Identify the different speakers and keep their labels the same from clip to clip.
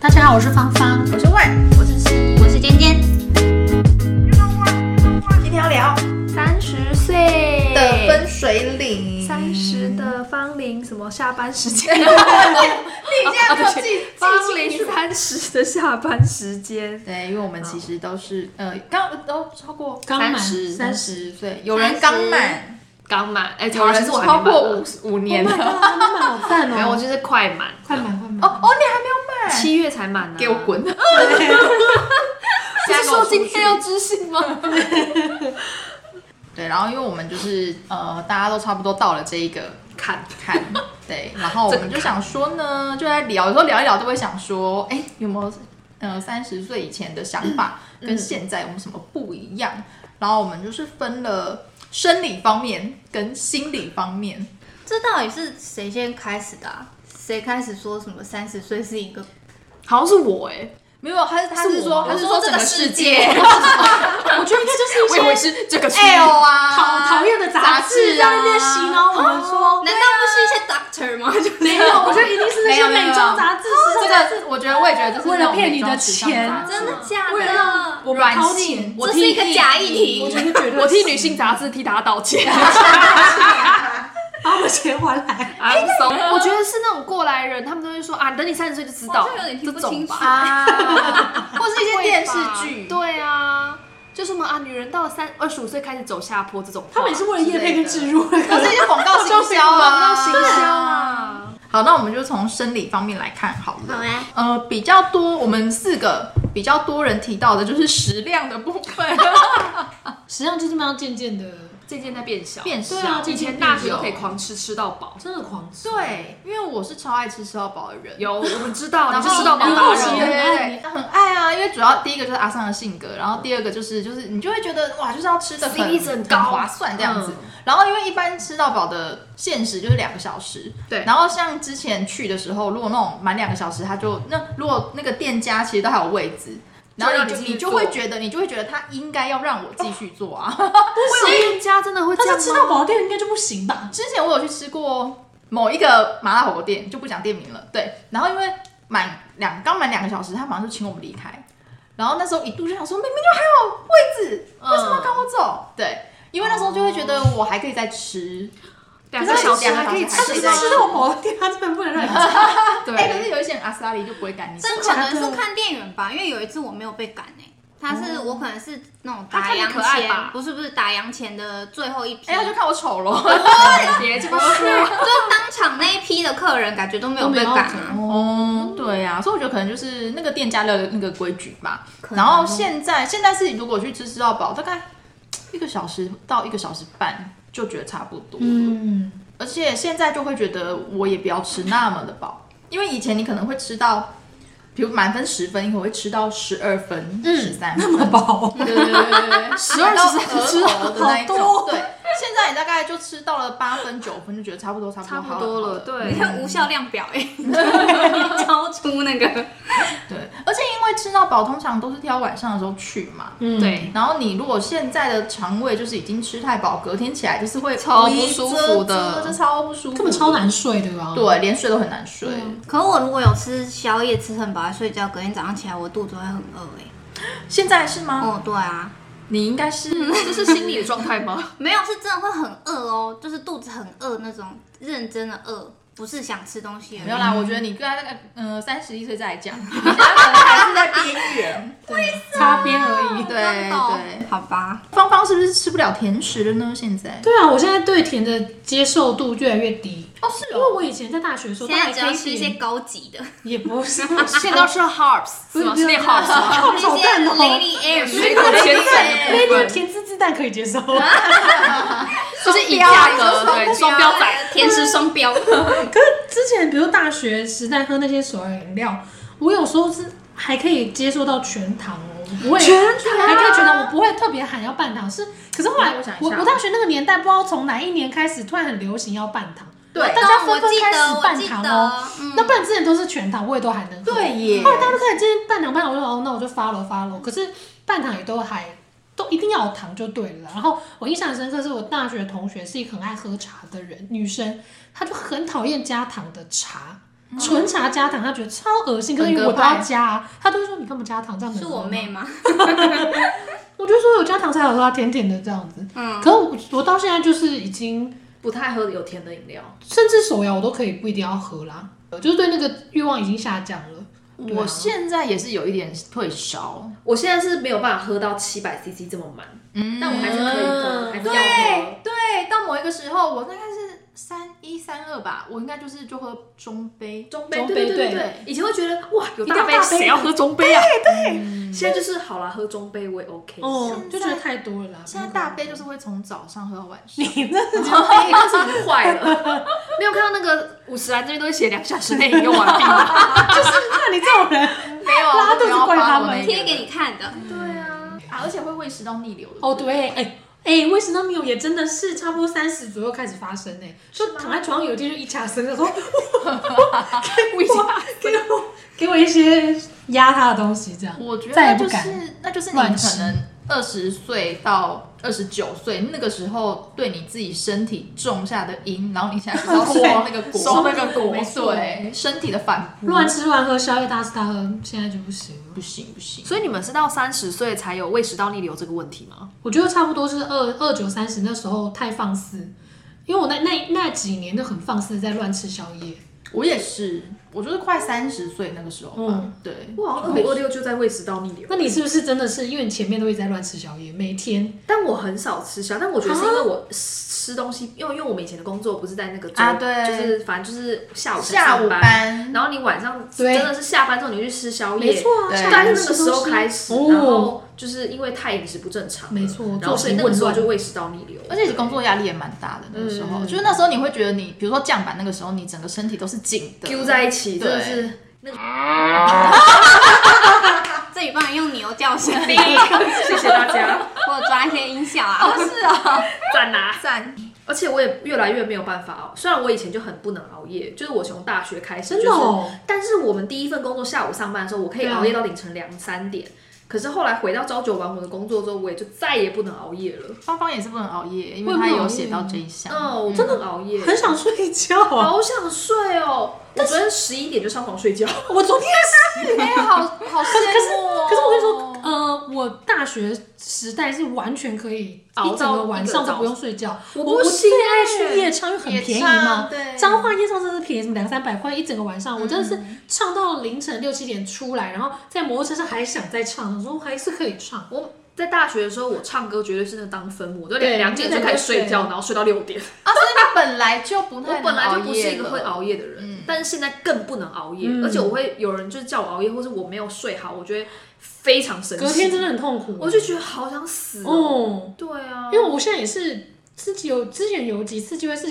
Speaker 1: 大家好，我是芳芳。
Speaker 2: 我是魏，
Speaker 3: 我是西，我是尖尖。
Speaker 2: 今天要聊
Speaker 4: 三十岁
Speaker 2: 的分水岭。
Speaker 4: 三十的芳龄什么下班时间？
Speaker 2: 你现在没有记记
Speaker 4: 芳
Speaker 2: 清
Speaker 4: 龄三十的下班时间，
Speaker 2: 对，因为我们其实都是呃刚都超过
Speaker 1: 刚满
Speaker 2: 十
Speaker 1: 三
Speaker 2: 三
Speaker 1: 十
Speaker 2: 十岁，有人刚满，
Speaker 5: 刚满，哎、
Speaker 2: 有
Speaker 5: 超
Speaker 2: 人
Speaker 5: 其实我还没
Speaker 2: 超
Speaker 5: 满
Speaker 2: 过
Speaker 5: 了
Speaker 2: 五五年的。哦
Speaker 1: 那么好赞
Speaker 5: 没有，我
Speaker 1: 哦！
Speaker 5: 就是快满，
Speaker 1: 快买快买！
Speaker 2: 哦，你还没有满，
Speaker 5: 七月才满呢、
Speaker 2: 给我！ 滚！
Speaker 5: 不是说今天要知性吗？
Speaker 2: 对，然后因为我们就是呃大家都差不多到了这一个
Speaker 5: 看，
Speaker 2: 看，对，然后我们就想说呢，就来聊，有时候聊一聊都会想说，哎，有没有呃三十岁以前的想法
Speaker 1: 嗯
Speaker 2: 跟现在有没有什么不一样？然后我们就是分了生理方面跟心理方面，
Speaker 3: 这到底是谁先开始的、啊？谁开始说什么三十岁是一个？
Speaker 5: 好像是我哎、
Speaker 2: 没有，他是他是说他是
Speaker 3: 哦我说
Speaker 2: 整
Speaker 3: 这
Speaker 2: 个
Speaker 3: 个
Speaker 2: 世
Speaker 3: 世
Speaker 2: 界
Speaker 3: 界，
Speaker 1: 我觉得这就是一
Speaker 5: 我以为
Speaker 1: 些
Speaker 5: 是这个区域
Speaker 2: 哎呦啊，
Speaker 1: 讨讨厌的
Speaker 5: 啊
Speaker 1: 杂志在那边洗脑我们
Speaker 2: 哦
Speaker 1: 说，
Speaker 3: 难道不是一些 doctor 吗？就是
Speaker 1: 没有，我觉得一定是那
Speaker 2: 没
Speaker 1: 些
Speaker 2: 有没有
Speaker 1: 美妆杂志，
Speaker 2: 这
Speaker 1: 是
Speaker 2: 个是我觉得我也觉得这是
Speaker 1: 为了
Speaker 2: 那种
Speaker 1: 骗你的
Speaker 2: 美妆时尚
Speaker 1: 钱
Speaker 2: 杂志
Speaker 3: 真的假
Speaker 1: 为了让
Speaker 3: 的？
Speaker 1: 我们
Speaker 2: 软
Speaker 1: 掏
Speaker 2: 性
Speaker 1: 钱，
Speaker 2: 我
Speaker 3: 这是一个假议
Speaker 1: 我
Speaker 3: 题。
Speaker 1: 就是觉得
Speaker 5: 我替女性杂志替大家道歉。
Speaker 1: 把我钱还来。
Speaker 5: I'm sorry，我觉得是哎那种过来人，他们都会说啊，等你三十岁就知道
Speaker 3: 好，像有点听不
Speaker 5: 这种
Speaker 3: 清楚
Speaker 5: 吧
Speaker 2: 啊，或是一些电视剧，
Speaker 5: 对啊，就什么啊，女人到了三二十五岁开始走下坡这种话，
Speaker 1: 他们也是为了业配跟植入，
Speaker 2: 或是一些广告行销啊，
Speaker 5: 行销啊，
Speaker 2: 好，那我们就从生理方面来看好了。
Speaker 3: 好啊呀，
Speaker 2: 呃，比较多，我们四个比较多人提到的就是食量的部分
Speaker 1: 实际上就是慢慢渐渐的，
Speaker 5: 渐渐在变小，
Speaker 2: 变少。
Speaker 1: 对啊
Speaker 5: 以前大学都可以狂吃吃到饱，
Speaker 1: 真的狂吃。
Speaker 2: 对，因为我是超爱吃吃到饱的人。
Speaker 5: 有我们知道，
Speaker 2: 然
Speaker 5: 你
Speaker 2: 后
Speaker 5: 是吃到饱
Speaker 1: 你
Speaker 5: 达
Speaker 1: 好奇
Speaker 2: 对
Speaker 1: 很
Speaker 5: 人，
Speaker 1: 爱
Speaker 2: 对对很爱啊，因为主要第一个就是阿桑的性格，然后第二个就是就是你就会觉得哇，就是要吃的很
Speaker 5: CP 值很高
Speaker 2: 划算这样子。
Speaker 5: 嗯
Speaker 2: 然后因为一般吃到饱的限时就是两个小时，
Speaker 5: 对
Speaker 2: 然后像之前去的时候，如果那种满两个小时，他就那如果那个店家其实都还有位置。然后
Speaker 5: 就让
Speaker 2: 你就
Speaker 5: 你
Speaker 2: 你
Speaker 5: 继续
Speaker 2: 就
Speaker 5: 做
Speaker 2: 会觉得，你就会觉得他应该要让我继续做啊。
Speaker 5: 店家真的会这
Speaker 1: 但
Speaker 5: 样
Speaker 1: 是吃
Speaker 5: 吗？
Speaker 1: 到饱的店应该就不行吧？
Speaker 2: 之前我有去吃过某一个麻辣火锅店，就不讲店名了。对，然后因为满两刚满两个小时，他马上就请我们离开。然后那时候一度就想说，明明就还有位置，为什么要赶我走？对，因为那时候就会觉得我还可以再吃。
Speaker 5: 两个啊小时
Speaker 2: 两个
Speaker 5: 还可以
Speaker 2: 小
Speaker 1: 他
Speaker 2: 时
Speaker 5: 吃
Speaker 1: 只是
Speaker 5: 吗
Speaker 2: 还？
Speaker 1: 吃到饱的店，他真的不能让你吃。
Speaker 2: 哎、可
Speaker 5: 对，
Speaker 2: 是有一些人阿斯拉里就不会赶你走。
Speaker 3: 这可能是看店员吧，因为有一次我没有被赶哎、他是、我可能是那种打
Speaker 5: 他看你可爱
Speaker 3: 烊
Speaker 5: 吧
Speaker 3: 前，不是不是打烊前的最后一批，
Speaker 2: 哎、他就看我丑了。
Speaker 5: 别这么说，
Speaker 3: 就当场那一批的客人感觉都没有被赶
Speaker 1: 都没有
Speaker 3: 啊。
Speaker 2: 哦，对呀、所以我觉得可能就是那个店家的那个规矩吧。
Speaker 3: 可能
Speaker 2: 然
Speaker 3: 哦
Speaker 2: 后现在现在是如果去吃吃到饱，大概一个小时到一个小时半就觉得差不多。
Speaker 1: 嗯，
Speaker 2: 而且现在就会觉得我也不要吃那么的饱，因为以前你可能会吃到，比如满分十分，你可能会吃到十二分、十三、分。
Speaker 1: 那么饱，
Speaker 2: 对对对对对，十
Speaker 5: 12
Speaker 2: 到
Speaker 5: 13
Speaker 2: 额头的那一种。
Speaker 1: 好多
Speaker 2: 对，现在你大概就吃到了八分、九分，就觉得差不多，差不多，
Speaker 5: 差不多
Speaker 2: 好
Speaker 5: 了，。对
Speaker 3: 你。看无效量表哎、 欸，超出那个。
Speaker 2: 对，而且因为吃到饱通常都是挑晚上的时候去嘛，
Speaker 1: 嗯
Speaker 5: 对，
Speaker 2: 然后你如果现在的肠胃就是已经吃太饱，隔天起来就是会
Speaker 5: 超不舒服的
Speaker 2: 这超嗯不舒服，
Speaker 1: 根本超。难睡的啊。
Speaker 2: 对，连睡都很难睡。
Speaker 3: 可我如果有吃宵夜吃很饱还睡觉，隔天早上起来我肚子会很饿哎、
Speaker 2: 现在是吗？
Speaker 3: 哦，对啊，
Speaker 2: 你应该是
Speaker 5: 这是心理的状态吗？
Speaker 3: 没有是真的会很饿哦，就是肚子很饿那种，认真的饿，不是想吃东西而已。
Speaker 2: 没有啦，我觉得你跟他大概嗯三十一岁再来讲， 他可能还是在边缘。
Speaker 1: 擦边而已。
Speaker 2: 对
Speaker 3: 哦
Speaker 2: 对，
Speaker 3: 好吧，
Speaker 2: 芳芳是不是吃不了甜食了呢？现在
Speaker 1: 对啊，我现在对甜的接受度越来越低，
Speaker 2: 哦是
Speaker 1: 因为，我以前在大学的时候，
Speaker 3: 嗯现在只
Speaker 1: 大家
Speaker 3: 要
Speaker 1: 可以
Speaker 3: 吃一些高级的，
Speaker 1: 也 不是，
Speaker 5: 现在都吃 harps 是吗？是练 harps 吗？
Speaker 1: 好
Speaker 3: 一些
Speaker 1: 少蛋哦。
Speaker 3: Lady Air
Speaker 5: 水果甜
Speaker 1: 那
Speaker 5: 点
Speaker 1: 一
Speaker 5: 的部分，
Speaker 1: 点甜滋滋蛋可以接受，
Speaker 3: 啊
Speaker 5: 就是以价格对双标仔，
Speaker 3: 仔，甜食双标，
Speaker 1: 之前比如大学时代喝那些所有饮料，我有时候是还可以接受到全糖哦，我不会全糖，还可以全糖，我不会特别喊要半糖，是，可是后来
Speaker 2: 嗯我想一下
Speaker 1: 我我大学那个年代，不知道从哪一年开始，突然很流行要半糖，
Speaker 2: 对
Speaker 1: 大家
Speaker 3: 我
Speaker 1: 纷纷
Speaker 3: 记
Speaker 1: 开
Speaker 3: 得，
Speaker 1: 始
Speaker 3: 我
Speaker 1: 半
Speaker 3: 记
Speaker 1: 糖
Speaker 3: 得
Speaker 1: 哦。，
Speaker 3: 嗯
Speaker 1: 那不然之前都是全糖，我也都还能喝。
Speaker 2: 对耶
Speaker 1: 后，来大家都开始渐渐半糖半糖，我就哦，那我就发了发了。可是半糖也都还都一定要有糖就对了。然后我印象很深刻是我大学同学是一个很爱喝茶的人，女生，她就很讨厌加糖的茶。纯茶加糖，他觉得超恶心，可是因为我都要加啊，他都会说你干嘛加糖，这样能
Speaker 3: 是我
Speaker 1: 喝吗
Speaker 3: 妹，吗？
Speaker 1: 我就说有加糖才好喝啊，甜甜的这样子。
Speaker 3: 嗯，
Speaker 1: 可我我到现在就是已经，
Speaker 5: 不太喝有甜的饮料。
Speaker 1: 甚至手摇我都可以不一定要喝啦，就是对那个欲望已经下降了。对啊
Speaker 2: 我现在也是有一点退烧，
Speaker 5: 我现在是没有办法喝到七百 CC 这么满，
Speaker 2: 嗯
Speaker 5: 但我还是可以喝，还是要喝
Speaker 2: 对。对，到某一个时候，我大概是三一三二吧，我应该就是就喝中杯，
Speaker 5: 中杯，
Speaker 1: 中
Speaker 5: 对对
Speaker 1: 杯
Speaker 5: 对对
Speaker 1: 对
Speaker 5: 对，以前会觉得哇有
Speaker 2: 一定要
Speaker 5: 大
Speaker 2: 大杯
Speaker 5: 谁要喝中杯啊？对，现在就是好啦，喝中杯我也 OK。
Speaker 1: 哦，
Speaker 2: 现在
Speaker 1: 就觉得太多了啦。
Speaker 2: 现在大杯就是会从早上喝到晚上。
Speaker 1: 你 那
Speaker 5: 中杯但是我就坏了， 没有看到那个五十兰这边都会写两小时内饮用完毕 吗？
Speaker 2: 啊
Speaker 1: 那你这种人，
Speaker 2: 没有啊，
Speaker 1: 拉
Speaker 2: 我
Speaker 1: 肚子
Speaker 2: 不要
Speaker 1: 怪
Speaker 2: 发
Speaker 1: 他
Speaker 2: 我
Speaker 1: 们
Speaker 2: 那个
Speaker 3: 贴给你看的，
Speaker 5: 对啊，
Speaker 2: 啊，而且会胃食道逆流的。
Speaker 1: 哦，对，哎、哎、胃食道逆流也真的是差不多三十左右开始发生哎、就躺在床上有一天就一卡身， 说
Speaker 2: 胃食道
Speaker 1: 给我给我一些压他的东西，这样
Speaker 2: 我觉
Speaker 1: 再也
Speaker 2: 得
Speaker 1: 不
Speaker 2: 就
Speaker 1: 敢
Speaker 2: 是，那就是你
Speaker 1: 乱
Speaker 2: 可
Speaker 1: 吃
Speaker 2: 能二十岁到二十九岁那个时候，对你自己身体种下的因，然后你现在不知道收那个果，
Speaker 5: 收那个果
Speaker 2: 没错，对身体的反扑，
Speaker 1: 乱吃乱喝，宵夜大吃大喝，现在就不行了。
Speaker 2: 不行不行。
Speaker 5: 所以你们是到三十岁才有胃食道逆流这个问题吗？
Speaker 1: 我觉得差不多是二二九三十那时候太放肆，因为我那那那几年都很放肆，在乱吃宵夜。
Speaker 2: 我也是，我就是快三十岁那个时候吧
Speaker 1: 嗯，
Speaker 2: 对，
Speaker 5: 我好像二五二六就在胃食道逆流，
Speaker 1: 那你是不是真的是因为你前面都一直在乱吃宵夜，每天
Speaker 5: 但我很少吃宵，但我觉得是因为我吃东西，因为因为我们以前的工作不是在那个周
Speaker 2: 啊对
Speaker 5: 就是反正就是下午才
Speaker 2: 下午
Speaker 5: 上
Speaker 2: 班，
Speaker 5: 然后你晚上
Speaker 1: 对
Speaker 5: 真的是下班之后你就去吃宵夜，
Speaker 1: 没错啊，
Speaker 2: 对
Speaker 1: 下
Speaker 5: 但
Speaker 1: 班
Speaker 5: 是那个时候开始，
Speaker 1: 哦
Speaker 5: 然后就是因为太饮食不正常，
Speaker 1: 没错
Speaker 5: 然后所以那
Speaker 1: 作
Speaker 5: 个
Speaker 1: 息
Speaker 5: 时候
Speaker 1: 紊乱
Speaker 5: 就胃食道逆流，
Speaker 2: 而且工作压力也蛮大的。那个时候，
Speaker 5: 嗯
Speaker 2: 就是那时候你会觉得你，比如说降板那个时候，你整个身体都是紧的，
Speaker 5: 揪 在一起，真
Speaker 2: 对
Speaker 5: 的是
Speaker 3: 这里帮你用牛叫 声，
Speaker 5: 谢谢大家，
Speaker 3: 我有抓一些音效啊。
Speaker 2: 是啊，
Speaker 5: 赞啦！
Speaker 2: 赞。
Speaker 5: 而且我也越来越没有办法熬，虽然我以前就很不能熬夜，就是我从大学开始，
Speaker 1: 真的哦，
Speaker 5: 但是我们第一份工作下午上班的时候，我可以
Speaker 1: 对啊
Speaker 5: 熬夜到凌晨两三点。可是后来回到朝九晚五的工作之后，我也就再也不能熬夜了。
Speaker 2: 芳芳也是不能熬夜，因
Speaker 1: 我
Speaker 2: 为
Speaker 1: 也不
Speaker 2: 她
Speaker 1: 能
Speaker 2: 有
Speaker 1: 熬
Speaker 2: 写
Speaker 1: 夜
Speaker 2: 到这一项。
Speaker 5: 哦，我真的熬夜，
Speaker 1: 很想睡觉啊。
Speaker 5: 好想睡哦。我昨天十一点就上床睡觉，
Speaker 1: 我昨天
Speaker 2: 哎、好好羡慕、 哦
Speaker 1: 可是我跟你说，呃，我大学时代是完全可以
Speaker 5: 熬
Speaker 1: 一整
Speaker 5: 到
Speaker 1: 个晚
Speaker 5: 一个
Speaker 1: 上
Speaker 5: 早
Speaker 1: 都不用睡觉。
Speaker 5: 我
Speaker 1: 我
Speaker 5: 不
Speaker 1: 最
Speaker 5: 行
Speaker 1: 爱
Speaker 5: 欸
Speaker 1: 去夜唱，因为很
Speaker 2: 夜
Speaker 1: 便宜
Speaker 2: 唱
Speaker 1: 嘛。
Speaker 2: 对
Speaker 1: 彰化夜唱真的是便宜，什么两三百块一整个晚上，我真的是
Speaker 5: 嗯
Speaker 1: 唱到凌晨六七点出来，然后在摩托车上还想再唱，我说我还是可以唱。
Speaker 5: 我在大学的时候，我唱歌绝对是那当分母，我就
Speaker 1: 对
Speaker 5: 两两点就开始睡觉，
Speaker 1: 对
Speaker 5: 然后睡到六点。
Speaker 2: 啊，所以你本来就不
Speaker 5: 我
Speaker 2: 太能
Speaker 5: 本来
Speaker 2: 熬
Speaker 5: 就不是
Speaker 2: 夜
Speaker 5: 一个会
Speaker 2: 了
Speaker 5: 熬夜的人，
Speaker 2: 嗯
Speaker 5: 但是现在更不能熬夜，
Speaker 1: 嗯
Speaker 5: 而且我会有人就是叫我熬夜，或是我没有睡好，我觉得非常生气。
Speaker 1: 隔天真的很痛苦，
Speaker 5: 我就觉得好想死哦。
Speaker 1: 哦，
Speaker 5: 对啊，
Speaker 1: 因为我现在也是自己有之前有几次机会是，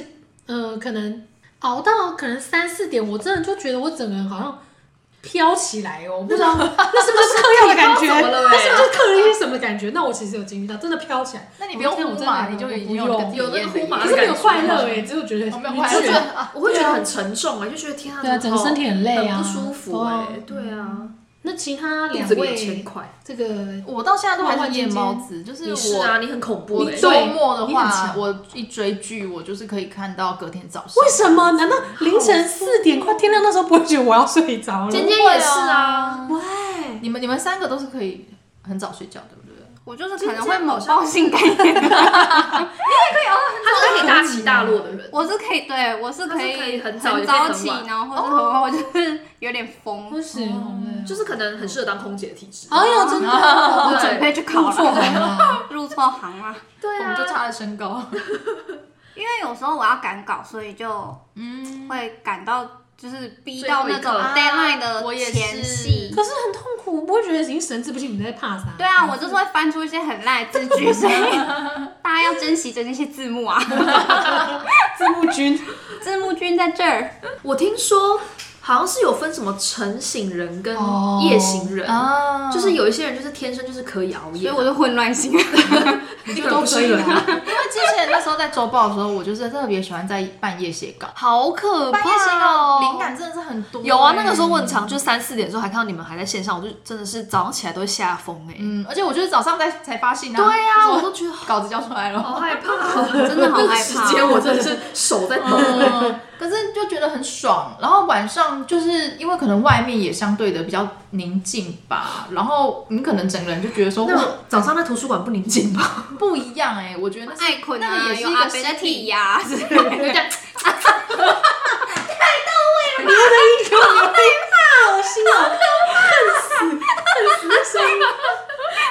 Speaker 1: 呃，可能熬到可能三四点，我真的就觉得我整个人好像飘起来哦，我不知 道那是不是嗑药的感觉，
Speaker 5: 不知道怎么了
Speaker 1: 那是不是嗑了一些什么感觉？那我其实有经历到，真的飘起来，
Speaker 2: 那你不用
Speaker 1: 我天我
Speaker 2: 呼
Speaker 1: 真
Speaker 2: 嘛，
Speaker 1: 的
Speaker 2: 你就已经
Speaker 1: 不
Speaker 2: 有那
Speaker 1: 用
Speaker 2: 个
Speaker 5: 有那个
Speaker 2: 体验
Speaker 5: 呼嘛
Speaker 1: 可
Speaker 5: 的
Speaker 1: 是
Speaker 5: 感
Speaker 1: 没
Speaker 5: 觉
Speaker 1: 有快乐哎，只有觉得
Speaker 2: 我没有
Speaker 1: 你
Speaker 2: 快
Speaker 1: 自
Speaker 2: 乐，
Speaker 1: 己
Speaker 2: 就觉得啊
Speaker 5: 哎我会觉得很沉重啊，就觉得天啊，
Speaker 1: 对啊，
Speaker 5: 怎
Speaker 1: 整
Speaker 5: 么
Speaker 1: 个
Speaker 5: 好
Speaker 1: 身体很累啊，
Speaker 5: 很不舒服
Speaker 1: 对啊
Speaker 5: 哎、对啊，
Speaker 1: 那其他
Speaker 5: 肚
Speaker 1: 两
Speaker 5: 子里有千
Speaker 1: 位
Speaker 5: 块，
Speaker 1: 这个
Speaker 2: 我到现在都还
Speaker 1: 万
Speaker 2: 是夜
Speaker 1: 千
Speaker 2: 猫子，就是
Speaker 5: 你
Speaker 2: 我。
Speaker 5: 是啊，你很恐怖
Speaker 2: 我
Speaker 5: 哎、
Speaker 1: 你
Speaker 2: 周
Speaker 1: 对
Speaker 2: 末的
Speaker 1: 你很
Speaker 2: 话，
Speaker 1: 强
Speaker 2: 我一追剧，我就是可以看到隔天早上。
Speaker 1: 为什么？难道凌晨四点快天亮那时候不会觉得我要睡着了？
Speaker 5: 今天也是啊，
Speaker 1: 喂，
Speaker 2: 你们你们三个都是可以很早睡觉，对不对？
Speaker 3: 我就是可能会某暴性感一点，
Speaker 5: 他就是可以大起大落的人。
Speaker 3: 我是可以，对我是可
Speaker 5: 他是可以
Speaker 3: 以
Speaker 5: 很早
Speaker 3: 早
Speaker 5: 也可以很晚
Speaker 3: 起，然后或者很晚，我就是有点疯
Speaker 1: 不，行，好累哦
Speaker 5: 就是可能很适合当空姐的体哦质，
Speaker 1: 哎呦，真的，我
Speaker 3: 我
Speaker 5: 对
Speaker 3: 准备去考
Speaker 1: 搞错
Speaker 3: 了，
Speaker 1: 行了。
Speaker 3: 入错行了。
Speaker 5: 对啊
Speaker 2: 我们就差了身高。
Speaker 3: 因为有时候我要赶稿，所以就
Speaker 2: 嗯，
Speaker 3: 会赶到就是逼
Speaker 5: 最
Speaker 3: 到
Speaker 5: 后一
Speaker 3: 那种
Speaker 5: 刻
Speaker 3: deadline
Speaker 2: 啊我
Speaker 3: 的
Speaker 2: 也是
Speaker 3: 前夕。
Speaker 1: 可是很痛苦，不会觉得已经神志不清，你在怕啥？
Speaker 3: 对啊，我就是会翻出一些很烂的字句，所以大家要珍惜着那些字幕啊。
Speaker 1: 字幕君，
Speaker 3: 字幕君在这儿，
Speaker 5: 我听说好像是有分什么晨醒人跟
Speaker 1: 哦
Speaker 5: 夜行人，
Speaker 2: 啊
Speaker 5: 就是有一些人就是天生就是可以熬
Speaker 3: 所以
Speaker 5: 夜，
Speaker 3: 我就混乱型。
Speaker 1: 这个都可以啦。
Speaker 2: 之前那时候在周报的时候，我就是特别喜欢在半夜写稿，
Speaker 5: 好可
Speaker 2: 半夜写
Speaker 5: 怕
Speaker 2: 稿
Speaker 5: 哦！
Speaker 2: 灵感真的是很多欸、
Speaker 5: 有啊，那个时候我很常就三四点的时候还看到你们还在线上，我就真的是早上起来都会吓疯哎。
Speaker 2: 嗯，而且我就是早上才才发信啊，
Speaker 5: 对呀、
Speaker 2: 就
Speaker 5: 我
Speaker 2: 是
Speaker 5: 都觉得
Speaker 2: 稿子交出来了。
Speaker 4: 好害 怕哦，
Speaker 3: 真的好害
Speaker 5: 时
Speaker 3: 怕
Speaker 5: 间
Speaker 3: 哦。
Speaker 5: 我真的是手在抖。
Speaker 2: 嗯，可是就觉得很爽，然后晚上就是因为可能外面也相对的比较宁静吧，然后你可能整个人就觉得说
Speaker 5: 那
Speaker 2: 哇
Speaker 5: 我早上在图书馆不宁静吧？
Speaker 2: 不一样哎、我觉得那是
Speaker 3: 爱困
Speaker 2: 那个
Speaker 3: 啊，
Speaker 2: 也是
Speaker 3: 有
Speaker 2: 一
Speaker 3: 阿
Speaker 2: 个
Speaker 3: 伯
Speaker 2: 心
Speaker 3: 在
Speaker 2: 理
Speaker 3: 剔牙之类
Speaker 5: 有
Speaker 3: 的，
Speaker 5: 点
Speaker 1: 恶心啊！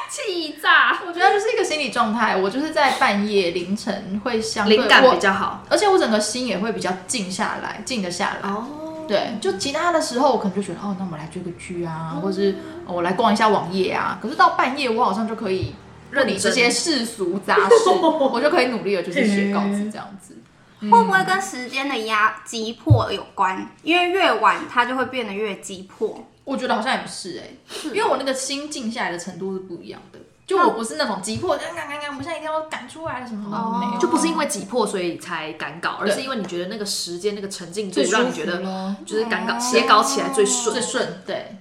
Speaker 5: 气炸。
Speaker 2: 我觉得就是一个心理状态，我就是在半夜凌晨会相对
Speaker 5: 灵感
Speaker 2: 我
Speaker 5: 比较好
Speaker 2: 而且我整个心也会比较静下来，静得下来。
Speaker 5: 哦，
Speaker 2: 对，就其他的时候我可能就觉得，哦，那我来追个剧啊，或是、哦我来逛一下网页啊。可是到半夜，我好像就可以认理这些世俗杂事，我就可以努力的，就是写稿子这样子。
Speaker 3: 会不会跟时间的压急迫有关？因为越晚它就会变得越急迫。
Speaker 2: 我觉得好像也不是哎、因为我那个心静下来的程度是不一样的。就我不是那种急迫，赶赶赶赶，我们现在一定要赶出来什么的，没有，
Speaker 5: 就不是因为急迫所以才赶稿，而
Speaker 2: 对
Speaker 5: 是因为你觉得那个时间那个沉浸度
Speaker 1: 最舒服
Speaker 5: 让你觉得
Speaker 1: 了
Speaker 5: 就是赶稿写稿起来最顺
Speaker 2: 最。顺对。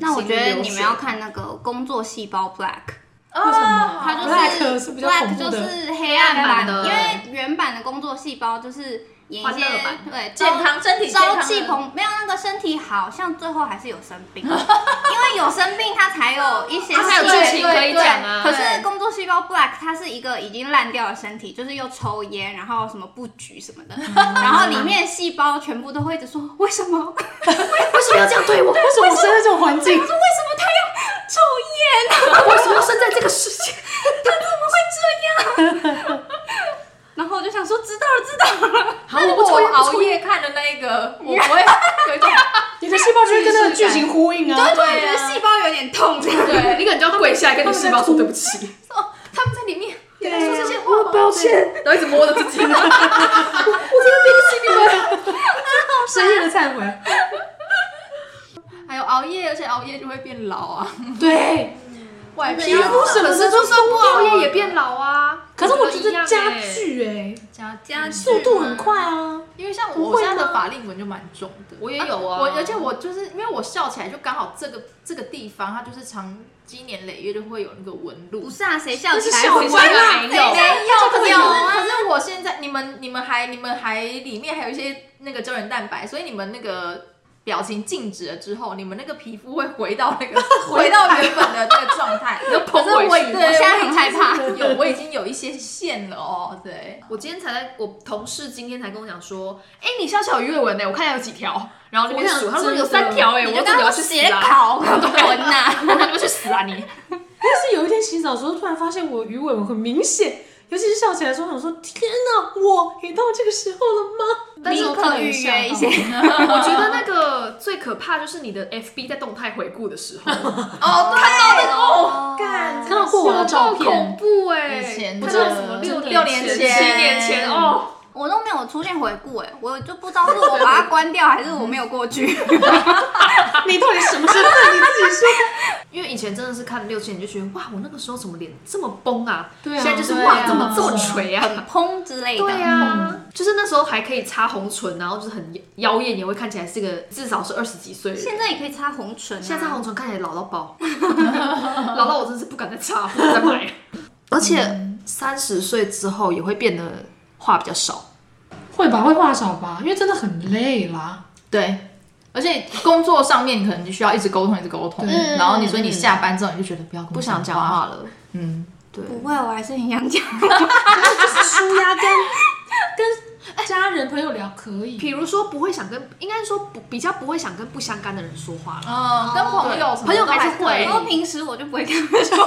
Speaker 3: 那我觉得
Speaker 5: 行云流水
Speaker 3: 你们要看那个工作细胞 Black，
Speaker 2: 为什么？
Speaker 3: 它就
Speaker 1: Black 是比较恐
Speaker 3: Black
Speaker 1: 怖
Speaker 3: 就
Speaker 1: 的
Speaker 3: 是黑暗版
Speaker 5: 黑暗版的
Speaker 3: 因为原版的工作细胞就是演一些
Speaker 5: 欢乐版
Speaker 3: 对
Speaker 2: 健康身体健康
Speaker 3: 朝
Speaker 2: 的
Speaker 3: 气蓬，没有那个身体好像最后还是有生 病，因为有生病它才有一些
Speaker 5: 还有
Speaker 3: 细菌
Speaker 5: 剧情可以讲啊
Speaker 3: 可是工作细胞 Black 它是一个已经烂掉的身体，就是又抽烟，然后什么布局什么的，然后里面细胞全部都会一直说为什么
Speaker 5: 为什么要这样对我？为
Speaker 1: 为什么我生在这种环境？
Speaker 3: 抽烟，
Speaker 5: 为什么要生在这个世界？
Speaker 3: 然后我就想说知道了知道了。
Speaker 2: 好，哎我不抽熬夜看的那一 个，我不会有一种
Speaker 1: 你的细胞就会跟那个剧情呼应啊！
Speaker 3: 突然觉得细胞有点痛，这样
Speaker 2: 对，
Speaker 5: 你可能就要跪下来跟你细胞说对不 起，
Speaker 2: 哦，他们在里面也在说这些话
Speaker 4: 我
Speaker 2: 吗，
Speaker 4: 抱歉，
Speaker 5: 然后一直摸着自己。
Speaker 1: 深夜的忏悔，
Speaker 2: 还有熬夜，而且熬夜就会变老啊，
Speaker 5: 嗯
Speaker 1: 对。
Speaker 2: 外皮
Speaker 1: 皮肤什么的都是
Speaker 5: 熬夜也变老啊。
Speaker 1: 可是我觉
Speaker 5: 一样欸
Speaker 1: 得加，剧哎，
Speaker 2: 加
Speaker 3: 加剧
Speaker 1: 速度很快啊！
Speaker 2: 因为像
Speaker 1: 不
Speaker 2: 我
Speaker 1: 会吗
Speaker 2: 现在的法令纹就蛮重的，
Speaker 5: 我也有啊
Speaker 2: 我而且我就是因为我笑起来就刚好这个这个地方，它就是长积年累月就会有那个纹路
Speaker 3: 不。是啊，谁笑起
Speaker 5: 这是
Speaker 3: 来
Speaker 5: 笑
Speaker 3: 会
Speaker 5: 起来
Speaker 3: 没有
Speaker 5: 没
Speaker 2: 可
Speaker 3: 没
Speaker 2: 是
Speaker 3: 有
Speaker 2: 可
Speaker 3: 啊？
Speaker 2: 是我现在你们你们还你们还里面还有一些那个胶原蛋白，所以你们那个表情静止了之后，你们那个皮肤会回到那 个回到原本的那个状态。
Speaker 5: 要
Speaker 2: 可
Speaker 5: 捧
Speaker 2: 是 我
Speaker 5: 回去。
Speaker 2: 对
Speaker 3: 我现在很害怕。
Speaker 2: 有，我已经有一些线了哦。 对，
Speaker 5: 我今天才在，我同事今天才跟我讲说，哎、你笑小鱼尾纹呢？我看一下有几条，然后这边
Speaker 1: 我
Speaker 5: 数，
Speaker 1: 想
Speaker 5: 他说
Speaker 1: 真的
Speaker 5: 有三条哎、我
Speaker 3: 你
Speaker 5: 说
Speaker 3: 就
Speaker 5: 真
Speaker 3: 刚
Speaker 5: 的要
Speaker 3: 刚
Speaker 5: 去死
Speaker 3: 写
Speaker 5: 啊！
Speaker 3: 考文 呐，
Speaker 5: 我说你们去死啊你！
Speaker 1: 但是有一天洗澡的时候，突然发现我鱼尾纹很明显，尤其是笑起来的时候，我想说天哪，我也到这个时候了吗？
Speaker 5: 但是
Speaker 3: 立
Speaker 5: 我
Speaker 3: 刻预约一些。
Speaker 5: 我觉得那个最可怕就是你的 FB 在动态回顾的时 候，
Speaker 2: 哦，对哦，
Speaker 1: 看到过往的照
Speaker 5: 恐
Speaker 1: 片，
Speaker 5: 怖哎、
Speaker 2: 以前
Speaker 5: 我
Speaker 2: 的
Speaker 5: 知道什么六
Speaker 2: 六年
Speaker 5: 前、
Speaker 2: 前
Speaker 5: 七年前哦，
Speaker 3: 我都没有出现回顾，哎，我就不知道是我把它关掉，还是我没有过去。
Speaker 1: 你到底什么身份？你自己说。
Speaker 5: 因为以前真的是看六七年就觉得哇，我那个时候怎么脸这么崩啊？
Speaker 1: 对啊
Speaker 5: 现在就是
Speaker 1: 对啊
Speaker 5: 哇，怎么这么垂啊？
Speaker 3: 砰之类
Speaker 5: 对
Speaker 3: 的，
Speaker 5: 呀、就是那时候还可以擦红唇，然后就是很妖艳，也会看起来是个至少是二十几岁的人。
Speaker 3: 现在也可以擦红唇啊。
Speaker 5: 现在擦红唇看起来老到爆，老到我真是不敢再擦，不敢再买。
Speaker 3: 嗯
Speaker 5: 而且三十岁之后也会变得话比较少，
Speaker 1: 会吧，会话少吧，因为真的很累啦。
Speaker 2: 对。而且工作上面，你可能就需要一直沟通，一直沟通。
Speaker 1: 对
Speaker 2: 然后你所以你下班之后，你就觉嗯得不要跟我
Speaker 5: 不想讲
Speaker 2: 话
Speaker 5: 话。了。
Speaker 2: 嗯，
Speaker 5: 对，
Speaker 3: 不会，我还是很想讲。
Speaker 1: 就是舒压跟跟家人朋友聊可 以，
Speaker 5: 比如说不会想跟，应该说不比较不会想跟不相干的人说话 了。
Speaker 2: 哦，跟朋友什么的
Speaker 5: 朋友还是
Speaker 2: 都
Speaker 5: 会
Speaker 3: 不过平时我就不会跟他们说，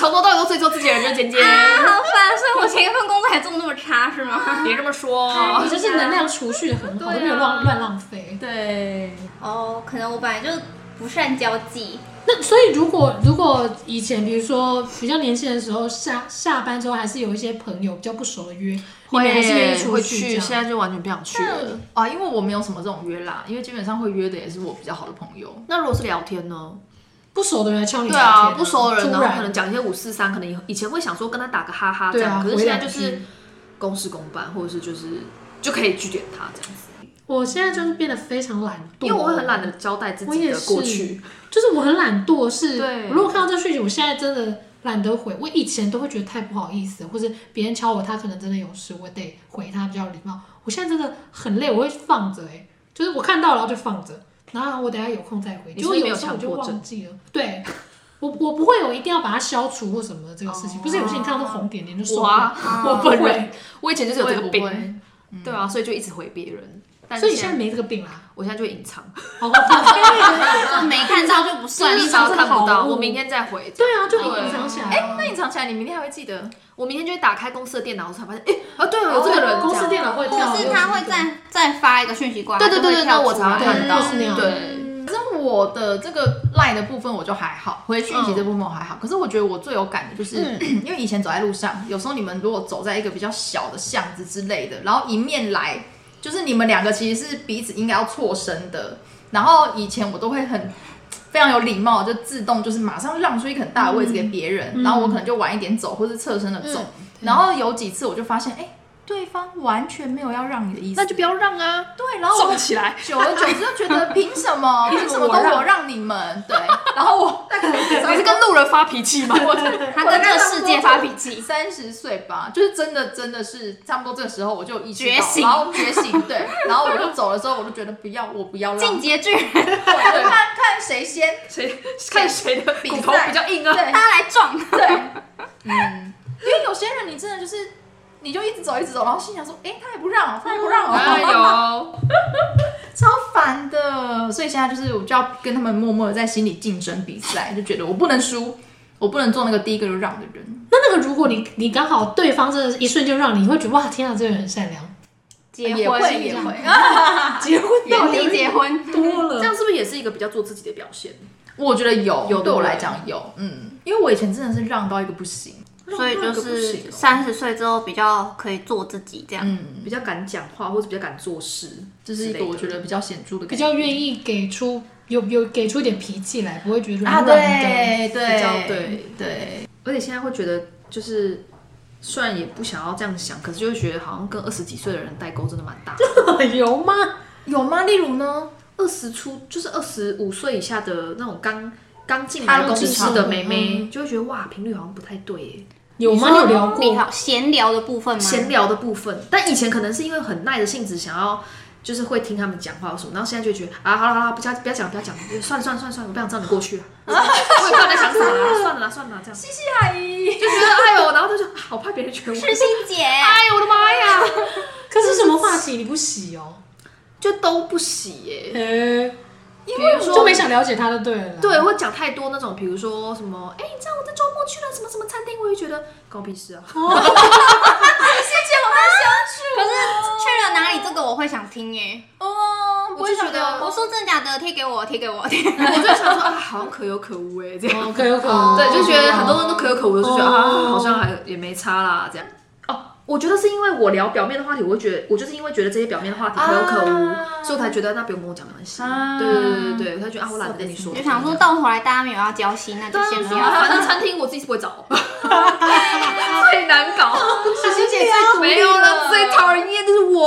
Speaker 5: 从头到尾都最做自己的人，就是 尖尖，
Speaker 3: 好烦。所以我前一份工作还做那么差，是吗？
Speaker 5: 别这么说。
Speaker 1: 你哦就是能量储蓄的很好，
Speaker 5: 对啊
Speaker 1: 都没有乱乱浪费。
Speaker 2: 对，
Speaker 3: 哦，可能我本来就不善交际。
Speaker 1: 啊那所以如果如果以前比如说比较年轻的时候，下下班之后还是有一些朋友比较不熟的约，你们还是愿意出
Speaker 5: 会
Speaker 1: 去
Speaker 5: 去，
Speaker 1: 这
Speaker 5: 现
Speaker 1: 样。
Speaker 5: 在就完全不想去了。
Speaker 2: 啊，因为我没有什么这种约啦，因为基本上会约的也是我比较好的朋友。
Speaker 5: 那如果是聊天呢？
Speaker 1: 不熟的人来敲你
Speaker 5: 对
Speaker 1: 聊天
Speaker 5: 啊，不熟的人，然
Speaker 1: 突
Speaker 5: 后可
Speaker 1: 然
Speaker 5: 能讲一些五四三，可能以以前会想说跟他打个哈哈这
Speaker 1: 对
Speaker 5: 样，
Speaker 1: 啊，
Speaker 5: 可是
Speaker 1: 回
Speaker 5: 现在
Speaker 1: 两
Speaker 5: 就是
Speaker 1: 句
Speaker 5: 公事公办，或者是就是就可以据点他这样子，
Speaker 1: 我现在就是变得非常懒惰，
Speaker 5: 因为我会很懒得交代自
Speaker 1: 我
Speaker 5: 己
Speaker 1: 也
Speaker 5: 的
Speaker 1: 是
Speaker 5: 过去，
Speaker 1: 就是我很懒惰是，
Speaker 5: 对
Speaker 1: 我如果看到这讯息，我现在真的懒得回。我以前都会觉得太不好意思，或者别人敲我，他可能真的有事，我得回他比较礼貌。我现在真的很累，我会放着、欸，就是我看到然后就放着，然后我等下有空再回。
Speaker 5: 你
Speaker 1: 结
Speaker 5: 是不
Speaker 1: 果
Speaker 5: 是没
Speaker 1: 有
Speaker 5: 有
Speaker 1: 时候我就
Speaker 5: 强迫症
Speaker 1: 忘记了，对。我我不会有一定要把它消除或什么的这个事
Speaker 5: 哦
Speaker 1: 情，不是有些你看到都红点点就受不
Speaker 5: 我
Speaker 1: 了，
Speaker 5: 啊，
Speaker 3: 我
Speaker 5: 我
Speaker 1: 不
Speaker 5: 本人
Speaker 1: 会，
Speaker 5: 我以前就是有这个
Speaker 2: 我也不
Speaker 5: 病，
Speaker 2: 会
Speaker 5: 对啊，所以就一直回别人，但
Speaker 1: 所以
Speaker 5: 是
Speaker 1: 你现在没这个病啦。
Speaker 5: 我现在就隐藏，
Speaker 1: 好可怕！
Speaker 3: 就没看到就不算
Speaker 5: 至
Speaker 1: 是
Speaker 5: 少看不
Speaker 1: 好
Speaker 5: 到，
Speaker 1: 恶
Speaker 5: 我明天再回，
Speaker 1: 对啊，就
Speaker 5: 对
Speaker 1: 隐藏起来。
Speaker 5: 哦
Speaker 2: 哎、那你藏起来，你明天还会记得？
Speaker 5: 我明天就会打开公司的电脑，我才发现，哎，啊，对哦，有这个人，
Speaker 1: 公
Speaker 5: 这
Speaker 1: 司
Speaker 5: 样
Speaker 1: 电脑会跳，
Speaker 3: 或是他会再再发一个讯息过来，
Speaker 5: 对对
Speaker 3: 就
Speaker 5: 对对，
Speaker 3: 会跳
Speaker 5: 那我
Speaker 3: 出
Speaker 5: 才
Speaker 3: 来
Speaker 5: 会看到
Speaker 1: 嗯就是那，样
Speaker 5: 对，
Speaker 2: 可是我的这个赖的部分我就还好，回讯息这部分我还
Speaker 5: 嗯
Speaker 2: 好。可是我觉得我最有感的就是， 因为以前走在路上，有时候你们如果走在一个比较小的巷子之类的，然后迎面来，就是你们两个其实是彼此应该要错身的。然后以前我都会很非常有礼貌，就自动就是马上让出一个很大的位置给别人，
Speaker 5: 嗯
Speaker 2: 然后我可能就晚一点走，或是侧身的走。然后有几次我就发现，哎、对方完全没有要让你的意思，
Speaker 5: 那就不要让啊，
Speaker 2: 对，然后我起来，久而久之就觉得凭什么？ 凭什么都我让你们？对， 然后我大概
Speaker 5: 你是跟路人 发脾气吗？
Speaker 3: 他跟这个世界发脾气，
Speaker 2: 三十岁吧，就是真的真的是差不多这个时候我就意识到
Speaker 3: 觉醒
Speaker 2: 然后觉醒，对，然后我就走了之后我就觉得不要，我不要让，
Speaker 3: 进
Speaker 2: 对，
Speaker 3: 阶巨人，
Speaker 2: 看看谁先，
Speaker 5: 谁 看谁的
Speaker 2: 比
Speaker 5: 骨
Speaker 2: 赛
Speaker 5: 头比较硬啊？
Speaker 2: 对
Speaker 3: 他来撞，
Speaker 2: 对，嗯，因为有些人你真的就是。你就一直走，一直走，然后心想说：“哎、他也不让哦，他也不让哦，
Speaker 5: 哎呦，
Speaker 2: 超烦的。所以现在就是我就要跟他们默默的在心里竞争比赛，就觉得我不能输，我不能做那个第一个就让的人。
Speaker 1: 那那个，如果你你刚好对方真的是一瞬间让你，你会觉得哇，天啊，这个人很善良，
Speaker 3: 结
Speaker 2: 也
Speaker 5: 哎
Speaker 3: 婚
Speaker 2: 会也会，啊
Speaker 1: 结婚
Speaker 3: 原地结婚，
Speaker 1: 多了
Speaker 5: 这样是不是也是一个比较做自己的表现？
Speaker 2: 我觉得有，
Speaker 5: 有
Speaker 2: 对我
Speaker 5: 对
Speaker 2: 来讲有，嗯，因为我以前真的是让到一个不行，
Speaker 3: 所以就
Speaker 5: 那个不行
Speaker 3: 是
Speaker 5: 哦
Speaker 3: 三十岁之后比较可以做自己这样。
Speaker 2: 嗯，
Speaker 5: 比较敢讲话，或者比较敢做事，
Speaker 2: 这是一个我觉得比较显著的感觉，
Speaker 1: 比较愿意给出有有给出一点脾气来，不会觉得
Speaker 2: 啊，
Speaker 1: 软软的。
Speaker 2: 对对
Speaker 5: 比较对
Speaker 2: 对，
Speaker 5: 而且现在会觉得，就是虽然也不想要这样想，可是就会觉得好像跟二十几岁的人代沟真的蛮大的。
Speaker 1: 有吗？
Speaker 2: 有吗？例如呢？
Speaker 5: 二十出就是二十五岁以下的那种刚刚进来公司的妹
Speaker 1: 嗯
Speaker 5: 妹，就会觉得哇，频率好像不太对耶。
Speaker 1: 有吗？你有聊过？
Speaker 3: 你好，闲聊的部分吗？
Speaker 5: 闲聊的部分，但以前可能是因为很耐的性子，想要就是会听他们讲话或什么，然后现在就觉得啊，好了好了，不要不要讲不要讲，算了算了算了算了，我不想知道你过 去啊，我也不知道你在想啥啦，算了啦算了啦，这样
Speaker 2: 谢谢阿姨，
Speaker 5: 就觉得哎呦，然后就说好怕别人觉得我，
Speaker 3: 是欣姐，
Speaker 5: 哎呦我的妈呀，
Speaker 1: 可是什么话题你不喜哦？
Speaker 5: 就都不喜耶、嗯
Speaker 1: 呃，
Speaker 5: 比如说
Speaker 1: 就没想了解他就对了啦。
Speaker 5: 对，会讲太多那种，比如说什么，哎、你知道我在周末去了什么什么餐厅，我就觉得搞屁事啊，
Speaker 3: 可是去了哪里？这个我会想听耶。
Speaker 2: 哦，不
Speaker 5: 我
Speaker 2: 会
Speaker 5: 就
Speaker 2: 想
Speaker 5: 觉
Speaker 2: 聊
Speaker 5: 得
Speaker 3: 我
Speaker 2: 吗
Speaker 3: 说真的假的，贴给我，贴给我， 贴。
Speaker 5: 我就想说啊，好像可有可无哎、这样。
Speaker 1: 哦，可有可无。
Speaker 5: 对，就觉得很多人都可有可无，就觉得
Speaker 1: 哦
Speaker 5: 啊，好像还也没差啦，这样。哦，我觉得是因为我聊表面的话题，我会觉得我就是因为觉得这些表面的话题可有可
Speaker 2: 啊
Speaker 5: 无，所以我才觉得那不用跟我讲没关系。
Speaker 2: 啊
Speaker 5: 对对对对，我才觉得啊，我懒得跟你说。
Speaker 3: 就想说到头来大家没有要交心，那就先不
Speaker 5: 对
Speaker 3: 要
Speaker 5: 啊，。 反正餐厅我自己是不会找， 最难搞，
Speaker 2: 欣姐最独立
Speaker 5: 没有了，最讨人厌就是 我。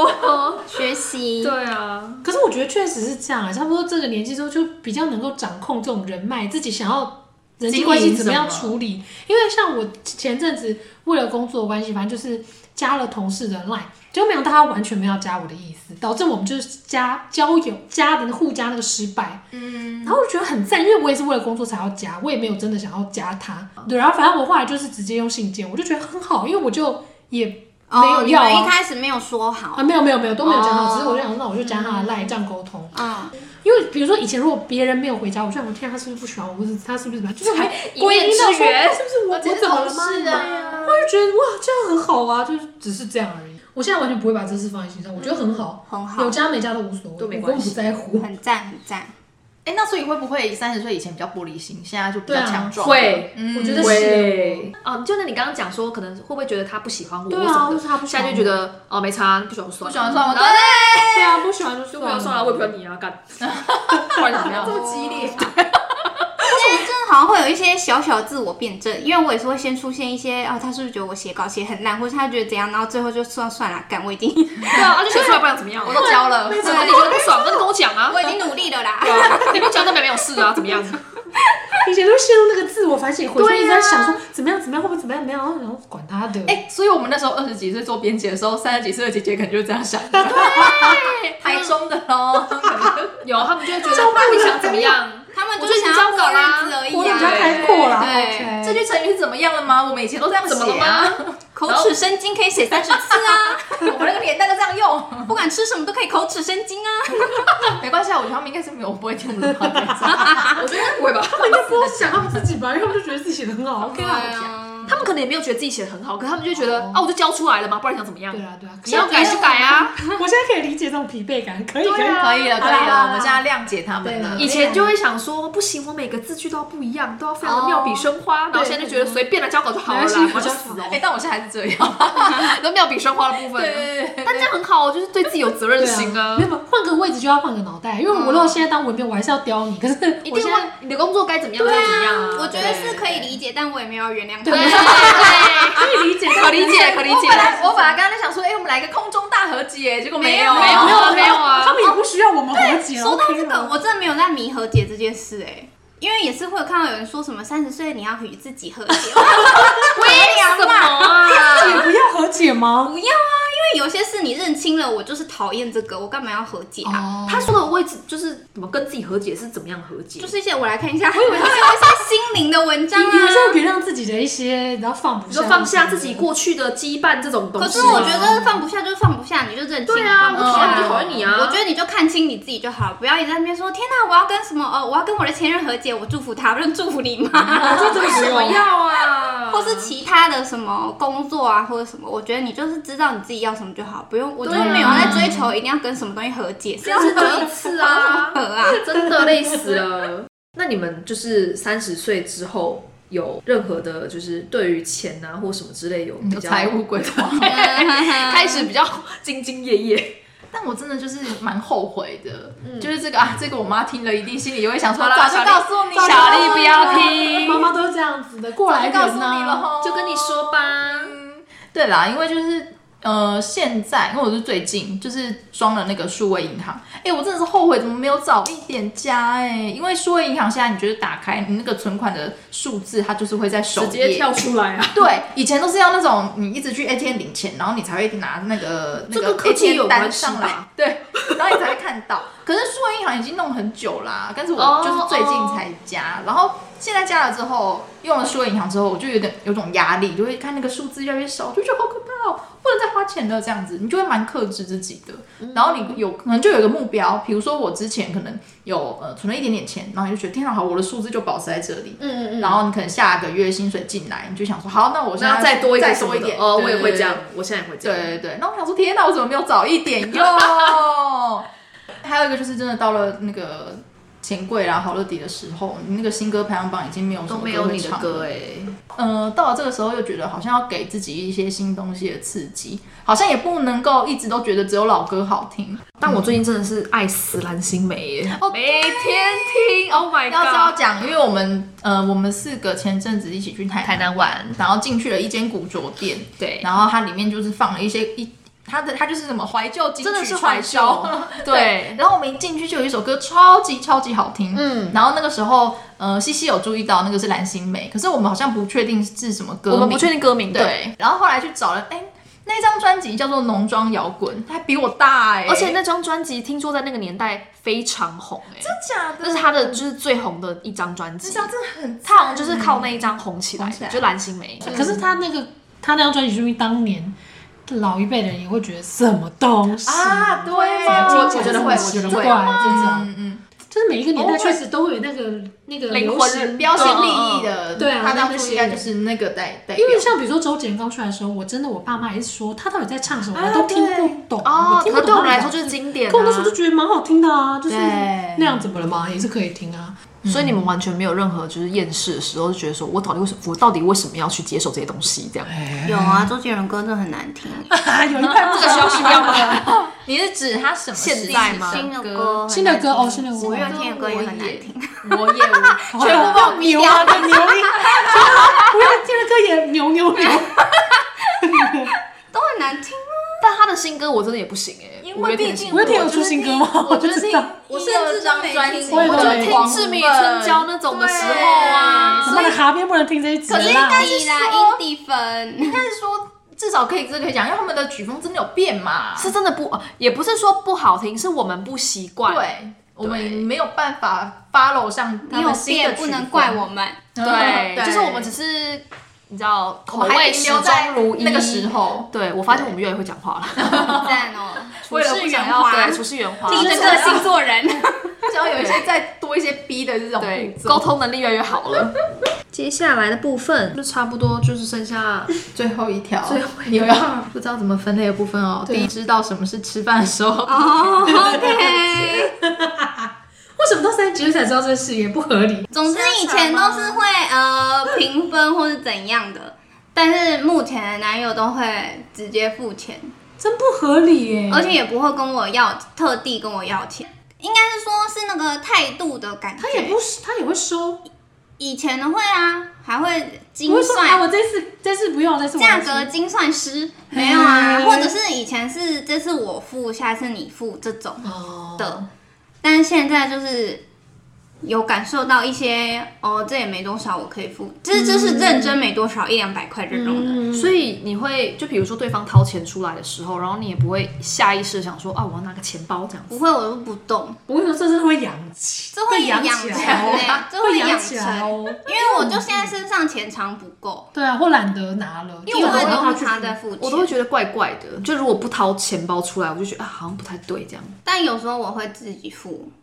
Speaker 3: 学习，
Speaker 5: 对啊，
Speaker 1: 可是我觉得确实是这样啊，差不多这个年纪之后就比较能够掌控这种人脉，自己想要人际关系怎么样处理。因为像我前阵子为了工作的关系，反正就是加了同事的 line，结果没想到他完全没有加我的意思，导致我们就是加交友加的那个互加那个失败。嗯，然后我觉得很赞，因为我也是为了工作才要加，我也没有真的想要加他。对，然后反正我后来就是直接用信件，我就觉得很好，因为我就也。没有
Speaker 3: 哦，你
Speaker 1: 要
Speaker 3: 们一
Speaker 1: 啊，
Speaker 3: 开始没有说好
Speaker 1: 啊，，没有没有没有都没有加到，
Speaker 3: 哦
Speaker 1: 只是我就想说，那我就加他的 line 这样沟通。
Speaker 3: 嗯，
Speaker 1: 因为比如说以前如果别人没有回家，我就想我天啊，他是不是不喜欢我，或者他是不是怎么样，就是会
Speaker 5: 一面
Speaker 1: 归因到
Speaker 5: 之
Speaker 1: 说
Speaker 5: 缘
Speaker 1: 是不是我
Speaker 2: 而且
Speaker 1: 我
Speaker 2: 是
Speaker 1: 怎么了
Speaker 2: 同
Speaker 1: 吗？
Speaker 2: 事啊
Speaker 1: 我就觉得哇，这样很好啊，就是只是这样而已。我现在完全不会把这事放在心上，我觉得很好，
Speaker 3: 很好
Speaker 1: 有加没加都无所谓，
Speaker 5: 都没
Speaker 1: 我
Speaker 5: 关
Speaker 1: 根本不
Speaker 5: 系
Speaker 1: 在乎。
Speaker 3: 很赞很赞。
Speaker 2: 哎，那所以会不会三十岁以前比较玻璃心，现在就比
Speaker 1: 对
Speaker 2: 较
Speaker 1: 啊
Speaker 2: 强壮？
Speaker 5: 会
Speaker 2: 嗯，
Speaker 1: 我觉得
Speaker 5: 会哦，就那你刚刚讲说，可能会不会觉得他不喜欢我，
Speaker 1: 对啊
Speaker 5: 或什么
Speaker 1: 或
Speaker 5: 的
Speaker 1: 是他不喜
Speaker 5: 现
Speaker 1: 欢
Speaker 5: 在就觉得哦没差，不喜欢我算
Speaker 2: 不
Speaker 5: 了
Speaker 2: 喜欢算我，对，
Speaker 1: 对啊，不喜欢就
Speaker 5: 就
Speaker 1: 算
Speaker 5: 不
Speaker 1: 了，
Speaker 5: 要算了，我也不要你啊，干，不然怎么样？
Speaker 2: 激烈。
Speaker 3: 现在真的会有一些小小自我辩证，因为我也是会先出现一些哦，他是不是觉得我写稿写很烂，或者他觉得怎样，然后最后就算算 了，干我已经
Speaker 5: 对啊，啊就写出来不然怎么样？
Speaker 2: 我都交了，
Speaker 5: 对啊，你觉得不爽，那就跟我 讲啊
Speaker 3: 我。已 经努力了啦。
Speaker 5: 对啊，你不讲那没没有事啊，怎么样？
Speaker 1: 以前都陷入那个自我反省，回去一直在想说怎么样怎么样，会不会怎么样怎么样，然后然后管他的。
Speaker 2: 哎、所以我们那时候二十几岁做编辑的时候，三十几岁的姐姐可能就是这样想 的，台中的哦，
Speaker 5: 有，他们就会觉得那你想怎么样？
Speaker 3: 他们
Speaker 5: 我
Speaker 3: 就
Speaker 5: 就已
Speaker 3: 想
Speaker 5: 经
Speaker 3: 要
Speaker 5: 交
Speaker 3: 过
Speaker 5: 稿啦
Speaker 3: 日子而已
Speaker 1: 活得比较
Speaker 3: 啊。
Speaker 1: 开阔啦。
Speaker 3: 对
Speaker 1: OK
Speaker 2: 这句成语是怎么样了吗？我们以前都这样
Speaker 5: 怎么了
Speaker 2: 写啊，
Speaker 5: 吗？
Speaker 3: 口齿生津可以写三十次啊，
Speaker 2: 我们那个年代都这样用，
Speaker 3: 不管吃什么都可以口齿生津啊。
Speaker 2: 没关系啊，我觉得他们应该是没有，我不会听我们的 podcast
Speaker 5: 我觉得不会吧？
Speaker 1: 他们应该不会想他们自己吧，因为他们就觉得自己写的很好。
Speaker 3: 对啊，
Speaker 5: 他们可能也没有觉得自己写的很好，可他们就觉得啊，我就交出来了嘛，不然你想怎么样
Speaker 1: 对？啊对啊，
Speaker 5: 你要改就改啊。
Speaker 1: 我现在可以理解这种疲惫感，可以可
Speaker 5: 对
Speaker 1: 以。
Speaker 5: 啊
Speaker 2: 可以了，可
Speaker 1: 好
Speaker 2: 以
Speaker 1: 啦
Speaker 2: 了，我们现在谅解他们了
Speaker 1: 对。
Speaker 5: 以前就会想说，不行，我每个字句都要不一样，都要非常的妙笔生花。然后现在就觉得随便来交稿就好了
Speaker 1: 没关
Speaker 5: 啦，
Speaker 1: 系
Speaker 5: 我就死
Speaker 2: 哎、
Speaker 5: 哦。
Speaker 2: 但我现在还是这样，
Speaker 5: 那妙笔生花的部分，
Speaker 2: 对，
Speaker 5: 但这样很好哦，就是对自己有责任心啊嗯
Speaker 1: 没。有换个位置就要换个脑袋，因为我如果现在当文编，我还是要刁你。可是
Speaker 5: 一
Speaker 1: 我
Speaker 5: 定
Speaker 1: 现在
Speaker 5: 会，你的工作该怎么样就怎么样啊。
Speaker 3: 我觉得是可以理解，但我也没有原谅他
Speaker 5: 对，
Speaker 3: 们。
Speaker 5: 可以理解，可理解，啊可理
Speaker 2: 我
Speaker 5: 解
Speaker 2: 本。来我本来刚刚在想说，哎、我们来个空中大和解，结果没有，
Speaker 3: 没有
Speaker 5: 没有啊没有啊哎
Speaker 1: 他们也不需要我们和解。
Speaker 3: 说到这
Speaker 1: OK 啊
Speaker 3: 个，
Speaker 1: 了
Speaker 3: 我真的没有在迷和解这件事哎、因为也是会有看到有人说什么三十岁你要与自己和解，
Speaker 5: 为什么啊？
Speaker 1: 也不要和解吗？
Speaker 3: 不要啊，因为有些事你认清了，我就是讨厌这个，我干嘛要和解啊？
Speaker 1: 哦，
Speaker 5: 他说的位置就是怎么跟自己和解是怎么样和解？
Speaker 3: 就是一些我来看一下，我以为是 一些心灵的文章
Speaker 1: 你你们
Speaker 3: 啊
Speaker 1: 是。会原谅自己的一些，然后放不
Speaker 5: 你
Speaker 1: 下，
Speaker 5: 说放下自己。过去的羁绊这种东
Speaker 3: 可
Speaker 5: 西
Speaker 3: 是
Speaker 5: 吗。
Speaker 3: 我觉得放不下就是放不下，你就认清。
Speaker 5: 啊对啊，
Speaker 3: 你
Speaker 5: 我
Speaker 3: 放不
Speaker 5: 讨
Speaker 3: 下
Speaker 5: 厌你就讨厌你啊。
Speaker 3: 我觉得你就看清你自己就好，不要一直在那边说天哪，我要跟什么呃，我要跟我的前任和解，我祝福他，不是祝福你
Speaker 5: 嗯
Speaker 3: 吗？
Speaker 1: 啊这真的不
Speaker 5: 什么
Speaker 1: 用。
Speaker 5: 要啊，
Speaker 3: 或是其他的什么工作啊，或者什么，我觉得你就是知道你自己要什么就好，不用我就
Speaker 5: 对啊
Speaker 3: 没有在追求一定要跟什么东西和解，是要
Speaker 5: 只有一次啊，
Speaker 3: 和啊。
Speaker 5: 真的累死了。那你们就是三十岁之后有任何的，就是对于钱啊或什么之类有比
Speaker 2: 嗯有
Speaker 5: 较
Speaker 2: 财务规划。
Speaker 5: 开始比较 兢兢业业。
Speaker 2: 但我真的就是蛮后悔的，就是这个啊，这个我妈听了一定心里也会想说，
Speaker 5: 嗯好啦
Speaker 2: 早
Speaker 5: 小
Speaker 2: 就
Speaker 5: 丽
Speaker 2: 告诉你了，
Speaker 5: 小丽不要听
Speaker 1: 妈妈都是这样子的，过
Speaker 2: 早
Speaker 1: 来
Speaker 2: 就告诉
Speaker 1: 人
Speaker 2: 你了
Speaker 1: 呐。
Speaker 2: 吼，
Speaker 5: 就跟你说吧，
Speaker 2: 嗯对啦，因为就是呃，现在因为我是最近就是装了那个数位银行，哎、我真的是后悔怎么没有早一点加哎、因为数位银行现在你就是打开你那个存款的数字，它就是会在首
Speaker 5: 直接
Speaker 2: 页。
Speaker 5: 跳出来啊！
Speaker 2: 对，以前都是要那种你一直去 ATM 领钱，然后你才会拿那个那
Speaker 5: 这跟
Speaker 2: 个
Speaker 5: 科技
Speaker 2: ATM
Speaker 5: 有
Speaker 2: 单
Speaker 5: 关系
Speaker 2: 上来
Speaker 5: 吧，
Speaker 2: 对，然后你才会看到。可是数位银行已经弄很久啦，但是我
Speaker 5: 哦
Speaker 2: 就是最近才加，然后现在加了之后，用了数位银行之后，我就有点有种压力，就会看那个数字越来越少，就觉得好可怕哦，不能再花钱了这样子，你就会蛮克制自己的。
Speaker 5: 嗯
Speaker 2: 然后你有可能就有一个目标，比如说我之前可能有呃存了一点点钱，然后你就觉得天啊，好，我的数字就保持在这里，
Speaker 5: 嗯嗯
Speaker 2: 然后你可能下个月薪水进来，你就想说，好，那我现
Speaker 5: 那
Speaker 2: 在
Speaker 5: 再多一个
Speaker 2: 再
Speaker 5: 什
Speaker 2: 多
Speaker 5: 么
Speaker 2: 一
Speaker 5: 的
Speaker 2: 点，
Speaker 5: 哦，
Speaker 2: 对
Speaker 5: 我也会这样。，我现在也会这
Speaker 2: 对
Speaker 5: 样。
Speaker 2: 对对对，那我想说，天哪，我怎么没有早一点 哟？还有一个就是，真的到了那个钱柜啦、好乐迪的时候，你那个新歌排行榜已经没有什
Speaker 5: 都
Speaker 2: 么
Speaker 5: 没有
Speaker 2: 歌会
Speaker 5: 你的
Speaker 2: 唱了
Speaker 5: 歌哎、
Speaker 2: 呃，到了这个时候又觉得好像要给自己一些新东西的刺激，好像也不能够一直都觉得只有老歌好听，哦
Speaker 5: 但我最近真的是爱死蓝心湄耶， 每天听，Oh my
Speaker 2: 要是要
Speaker 5: god！
Speaker 2: 讲，因为我们呃，我们四个前阵子一起去台
Speaker 5: 台南玩，
Speaker 2: 然后进去了一间古着店，
Speaker 5: 对，
Speaker 2: 然后它里面就是放了一些一。它的它就是什么怀旧金曲
Speaker 5: 真的是
Speaker 2: 串
Speaker 5: 怀旧
Speaker 2: 烧 对
Speaker 5: 对。
Speaker 2: 然后我们一进去就有一首歌超级超级好听，嗯，然后那个时候呃西西有注意到那个是蓝心湄，可是我们好像不确定是什么歌
Speaker 5: 我
Speaker 2: 名，
Speaker 5: 们不确定歌名，
Speaker 2: 对。然后后来去找了，哎，那张专辑叫做《浓妆摇滚》，它还比我大哎、
Speaker 5: 而且那张专辑听说在那个年代非常红哎、
Speaker 2: 真假的，
Speaker 5: 那是他的就是最红的一张专
Speaker 2: 这
Speaker 5: 辑，
Speaker 2: 张真的很
Speaker 5: 他好像就是靠那一张红起来
Speaker 2: 红起来
Speaker 5: 的，就蓝心湄。
Speaker 2: 嗯
Speaker 1: 可是他那个他那张专辑，说明当年老一辈的人也会觉得什么东西
Speaker 2: 啊，对，
Speaker 1: 我
Speaker 5: 哎我觉得会我觉得会
Speaker 1: 怪这种，
Speaker 2: 嗯嗯，
Speaker 1: 就是每一个年代确实都会有那个那个
Speaker 5: 灵
Speaker 1: 流
Speaker 5: 魂
Speaker 1: 行
Speaker 2: 标新立异的，
Speaker 1: 对啊
Speaker 2: 他
Speaker 1: 那
Speaker 2: 当初
Speaker 1: 些
Speaker 2: 应该就是那个代代表
Speaker 1: 因为像比如说周杰伦刚出来的时候，我真的我爸妈也是说他到底在唱什么，
Speaker 2: 啊
Speaker 1: 我都听不懂。
Speaker 5: 哦，
Speaker 1: 我听
Speaker 5: 可是
Speaker 1: 不懂
Speaker 5: 对我们
Speaker 1: 他
Speaker 5: 来
Speaker 1: 在
Speaker 5: 说
Speaker 1: 讲
Speaker 5: 就是经典、啊。
Speaker 1: 可我那时候就觉得蛮好听的啊，就是
Speaker 2: 对
Speaker 1: 那样怎么了嘛，也是可以听啊。
Speaker 5: 所以你们完全没有任何就是厌世的时候，就觉得说我到底为什么我到底为什么要去接受这些东西这样？
Speaker 2: 哎
Speaker 3: 有啊，周杰伦歌真的很难听，
Speaker 1: 啊，有一派不
Speaker 5: 这个需要逼掉吗？
Speaker 2: 你是指他什么
Speaker 5: 现
Speaker 2: 时
Speaker 5: 在
Speaker 2: 期
Speaker 5: 吗
Speaker 3: 新的
Speaker 2: 歌？
Speaker 3: 歌，
Speaker 1: 新的歌哦，新的歌，
Speaker 3: 五月天的歌也很难听。
Speaker 2: 我也 无
Speaker 1: 全部爆牛啊，牛 逼！五月天的歌也牛牛牛，
Speaker 3: 都很难听。
Speaker 5: 但他的新歌我真的也不行哎、
Speaker 2: 因
Speaker 5: 五
Speaker 2: 为
Speaker 5: 月天
Speaker 2: 毕
Speaker 5: 的新
Speaker 2: 竟
Speaker 5: 歌
Speaker 1: 五月天有出新歌吗
Speaker 2: 我觉得是
Speaker 1: 我不知道
Speaker 3: 我
Speaker 2: 我甚
Speaker 3: 甚至
Speaker 2: 至张
Speaker 3: 都没
Speaker 2: 专
Speaker 3: 听
Speaker 2: 辑，
Speaker 3: 过
Speaker 2: 我
Speaker 1: 我
Speaker 2: 就
Speaker 1: 也没
Speaker 2: 听
Speaker 1: 听过
Speaker 5: 听志明与春娇那种的时候啊，
Speaker 1: 妈的，哈边不能听这一集
Speaker 2: 可是应
Speaker 1: 啦。
Speaker 2: 该
Speaker 3: 一啦，
Speaker 2: 说
Speaker 3: 一地分，
Speaker 2: 但是说至少可以这个可以讲，因为他们的曲风真的有变嘛。
Speaker 5: 是真的不，也不是说不好听，是我们不习惯。
Speaker 2: 对，我们没有办法 follow 上他
Speaker 3: 你有
Speaker 2: 们新的
Speaker 3: 变
Speaker 2: 曲
Speaker 3: 不
Speaker 2: 风
Speaker 3: 能怪我们。
Speaker 5: 对，
Speaker 2: 对
Speaker 5: 就是我们只是你知道口
Speaker 2: 我还
Speaker 5: 味
Speaker 2: 停
Speaker 5: 始
Speaker 2: 留在
Speaker 5: 终如一
Speaker 2: 那个时。 候。
Speaker 5: 对，我发现我们越来越会讲话了。
Speaker 3: 赞 哦，
Speaker 2: 为了不想要
Speaker 3: 哇
Speaker 5: 对，厨师圆滑，
Speaker 3: 立着个性做人，
Speaker 2: 只要有一些再多一些逼的这种
Speaker 5: 对
Speaker 2: 步，骤
Speaker 5: 沟通能力越来越好 了。
Speaker 4: 接下来的部分就差不多就是剩下
Speaker 5: 嗯
Speaker 2: 最后一条，
Speaker 4: 最后
Speaker 2: 你有要不知道怎么分类的部分哦。
Speaker 1: 对
Speaker 2: 第一，知道什么是吃饭的时 候，
Speaker 3: 哦，OK。
Speaker 1: 为什么到三集才知道这个事也不合理？
Speaker 3: 总之以前都是会呃平分或是怎样的，但是目前的男友都会直接付钱，
Speaker 1: 真不合理耶！
Speaker 3: 而且也不会跟我要特地跟我要钱，应该是说是那个态度的感觉。
Speaker 1: 他也不，他也会收，
Speaker 3: 以前的会啊，还会
Speaker 1: 不会
Speaker 3: 精
Speaker 1: 说啊，
Speaker 3: 算
Speaker 1: 我这次这次不用，这次我
Speaker 3: 价
Speaker 1: 要
Speaker 3: 格
Speaker 1: 付
Speaker 3: 精算师，没有啊，
Speaker 1: 嗯
Speaker 3: 或者是以前是这次我付，下次你付这种
Speaker 1: 哦
Speaker 3: 的，但是现在就是有感受到一些哦，这也没多少，我可以付，这这是认真没多少一两百块这种的，
Speaker 1: 嗯，
Speaker 5: 所以你会就比如说对方掏钱出来的时候，然后你也不会下意识地想说啊，我要拿个钱包这样
Speaker 3: 不
Speaker 5: 子。
Speaker 3: 会我都不动，
Speaker 1: 我跟你说，这真的会养起，
Speaker 3: 这会
Speaker 1: 养
Speaker 3: 养
Speaker 1: 起
Speaker 3: 成
Speaker 1: 来哦，
Speaker 3: 欸， 这
Speaker 1: 会
Speaker 3: 养
Speaker 1: 起来
Speaker 3: 成，
Speaker 1: 哦。
Speaker 3: 因为我就现在身上钱常不够，
Speaker 1: 对啊，或懒得拿了，
Speaker 3: 因为我
Speaker 1: 都
Speaker 3: 会都
Speaker 1: 拿
Speaker 3: 是
Speaker 1: 去
Speaker 3: 他在付
Speaker 5: 我都会
Speaker 3: 钱，
Speaker 5: 觉得怪怪的，就如果不掏钱包出来，我就觉得啊，好像不太对这样。
Speaker 3: 但有时候我会自己付，
Speaker 2: 嗯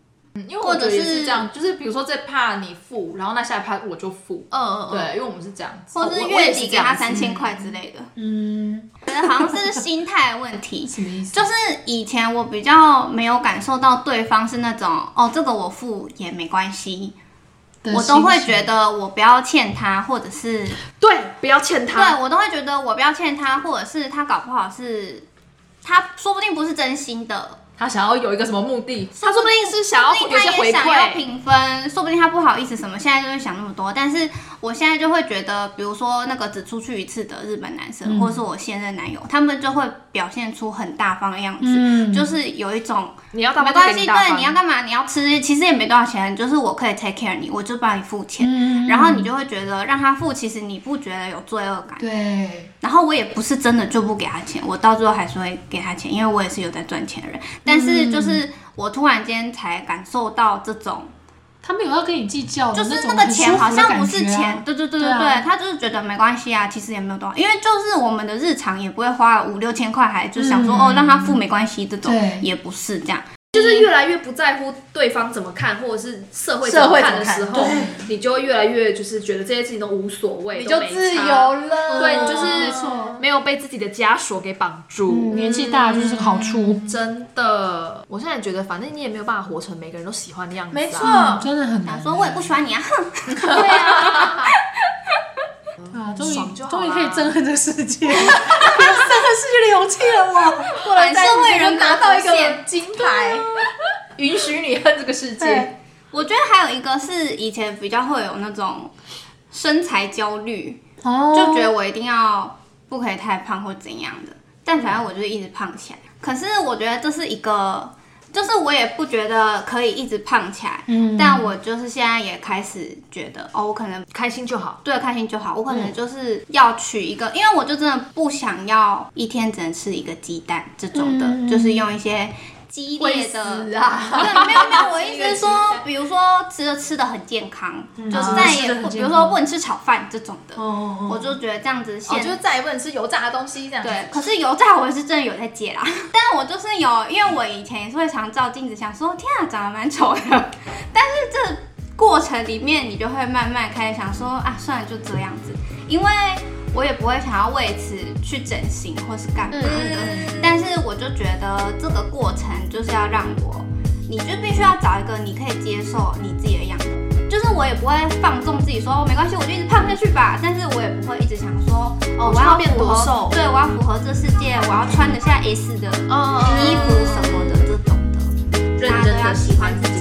Speaker 2: 因为我觉得也是这样，就是比如说这怕你付，然后那下一怕我就付。
Speaker 5: 嗯嗯，
Speaker 2: 对，因为我们是这样子。
Speaker 3: 或是
Speaker 5: 我我
Speaker 3: 月
Speaker 5: 也是
Speaker 3: 底
Speaker 5: 这
Speaker 3: 给
Speaker 5: 样
Speaker 3: 他
Speaker 5: 子
Speaker 3: 三千块之类的，
Speaker 1: 嗯，
Speaker 3: 觉得好像是心态问题。
Speaker 1: 什么意思？
Speaker 3: 就是以前我比较没有感受到对方是那种哦，这个我付也没关系，
Speaker 1: 的
Speaker 3: 我都会
Speaker 1: 心情
Speaker 3: 觉得我不要欠他，或者是
Speaker 5: 对，不要欠他。
Speaker 3: 对我都会觉得我不要欠他，或者是他搞不好是他说不定不是真心的，
Speaker 2: 他想要有一个什么目的，
Speaker 5: 他说不定是想要
Speaker 3: 说不
Speaker 5: 有一
Speaker 3: 定
Speaker 5: 些
Speaker 3: 他
Speaker 5: 回
Speaker 3: 也想要
Speaker 5: 馈，
Speaker 3: 平分，说不定他不好意思什么，现在就会想那么多。但是我现在就会觉得，比如说那个只出去一次的日本男
Speaker 5: 嗯
Speaker 3: 生，或者是我现任男友，他们就会表现出很大方的样子，
Speaker 1: 嗯
Speaker 3: 就是有一种
Speaker 5: 你要大
Speaker 3: 没
Speaker 5: 方就
Speaker 3: 关系，
Speaker 5: 给你大
Speaker 3: 对，
Speaker 5: 方
Speaker 3: 你要干嘛？你要吃，其实也没多少钱，就是我可以 take care 你，我就帮你付钱。
Speaker 1: 嗯
Speaker 3: 然后你就会觉得让他付，其实你不觉得有罪恶感。
Speaker 1: 对，
Speaker 3: 然后我也不是真的就不给他钱，我到最后还是会给他钱，因为我也是有在赚钱的人。但
Speaker 1: 嗯
Speaker 3: 是就是我突然间才感受到这种，
Speaker 1: 他没有要跟你计较的
Speaker 3: 就
Speaker 1: 种很
Speaker 3: 是
Speaker 1: 舒服
Speaker 3: 那
Speaker 1: 的感
Speaker 3: 个
Speaker 1: 觉啊，
Speaker 3: 钱好像不是钱，对对对对
Speaker 1: 对啊
Speaker 3: 对，他就是觉得没关系啊，其实也没有多少，因为就是我们的日常也不会花五六千块，还就想说、
Speaker 1: 嗯
Speaker 3: 哦让他付没关系，这种
Speaker 1: 对
Speaker 3: 也不是这样。
Speaker 5: 就是越来越不在乎对方怎么看，或者是社会怎么看的时
Speaker 2: 社会
Speaker 5: 候
Speaker 2: 怎么，
Speaker 5: 你就会越来越就是觉得这些事情都无所谓，
Speaker 2: 你就
Speaker 5: 都没差
Speaker 2: 自由，了。
Speaker 5: 对，你就
Speaker 1: 没
Speaker 5: 是
Speaker 1: 错，
Speaker 5: 没有被自己的枷锁给绑住。
Speaker 1: 嗯年纪大就是好处，
Speaker 5: 真的，我现在觉得，反正你也没有办法活成每个人都喜欢的样子、啊。
Speaker 2: 没错。
Speaker 1: 嗯真的很难
Speaker 3: 想。说我也不喜欢你啊，哼，
Speaker 5: 对啊，
Speaker 1: 啊，终于
Speaker 5: 爽就好
Speaker 1: 终于可以
Speaker 5: 啦
Speaker 1: 憎恨这个世界， 有憎恨世界的勇气了我。
Speaker 3: 反社会人格
Speaker 2: 拿到一
Speaker 3: 浮现
Speaker 2: 个金
Speaker 1: 啊
Speaker 2: 牌，允许你恨这个世界。
Speaker 1: 对
Speaker 3: 我觉得还有一个是以前比较会有那种身材焦虑，
Speaker 1: 哦
Speaker 3: 就觉得我一定要不可以太胖或怎样的，但反正我就是一直胖起来。可是我觉得这是一个，就是我也不觉得可以一直胖起来，
Speaker 1: 嗯
Speaker 3: 但我就是现在也开始觉得，哦，我可能
Speaker 5: 开心就好。
Speaker 3: 对开心就好，我可能就是要取一个，因为我就真的不想要一天只能吃一个鸡蛋这种的，
Speaker 1: 嗯
Speaker 3: 就是用一些激
Speaker 2: 会
Speaker 3: 烈的
Speaker 2: 死啊！
Speaker 3: 对，没有没有，我意思是 说，比如说吃的吃的很健康，
Speaker 1: 嗯
Speaker 3: 就是再也不，比如说不能吃炒饭这种的，
Speaker 1: 哦，
Speaker 3: 我就觉得这样子
Speaker 2: 哦，
Speaker 3: 限
Speaker 2: 就是再也不能吃油炸的东西，这样子
Speaker 3: 对，可是油炸我是真的有在戒啦， 但我就是有，因为我以前也是会常照镜子，想说天啊，长得蛮丑的。 但是这过程里面，你就会慢慢开始想说啊，算了，就这样子，因为我也不会想要为此去整形或是干嘛
Speaker 5: 嗯
Speaker 3: 的。但是我就觉得这个过程就是要让我，你就必须要找一个你可以接受你自己的样子。就我也不会放纵自己说没关系，我就一直胖下去吧。但是我也不会一直想说哦，
Speaker 5: 我
Speaker 3: 我
Speaker 5: 就
Speaker 3: 要
Speaker 5: 要变
Speaker 3: 符
Speaker 5: 多
Speaker 3: 合
Speaker 5: 瘦
Speaker 3: 对，我要符合这世界，我要穿得下 S 的
Speaker 5: 嗯
Speaker 3: 衣服什么的这种的，
Speaker 5: 认
Speaker 3: 大家
Speaker 5: 真嗯
Speaker 3: 都要
Speaker 5: 的
Speaker 3: 喜欢自己。
Speaker 1: 啊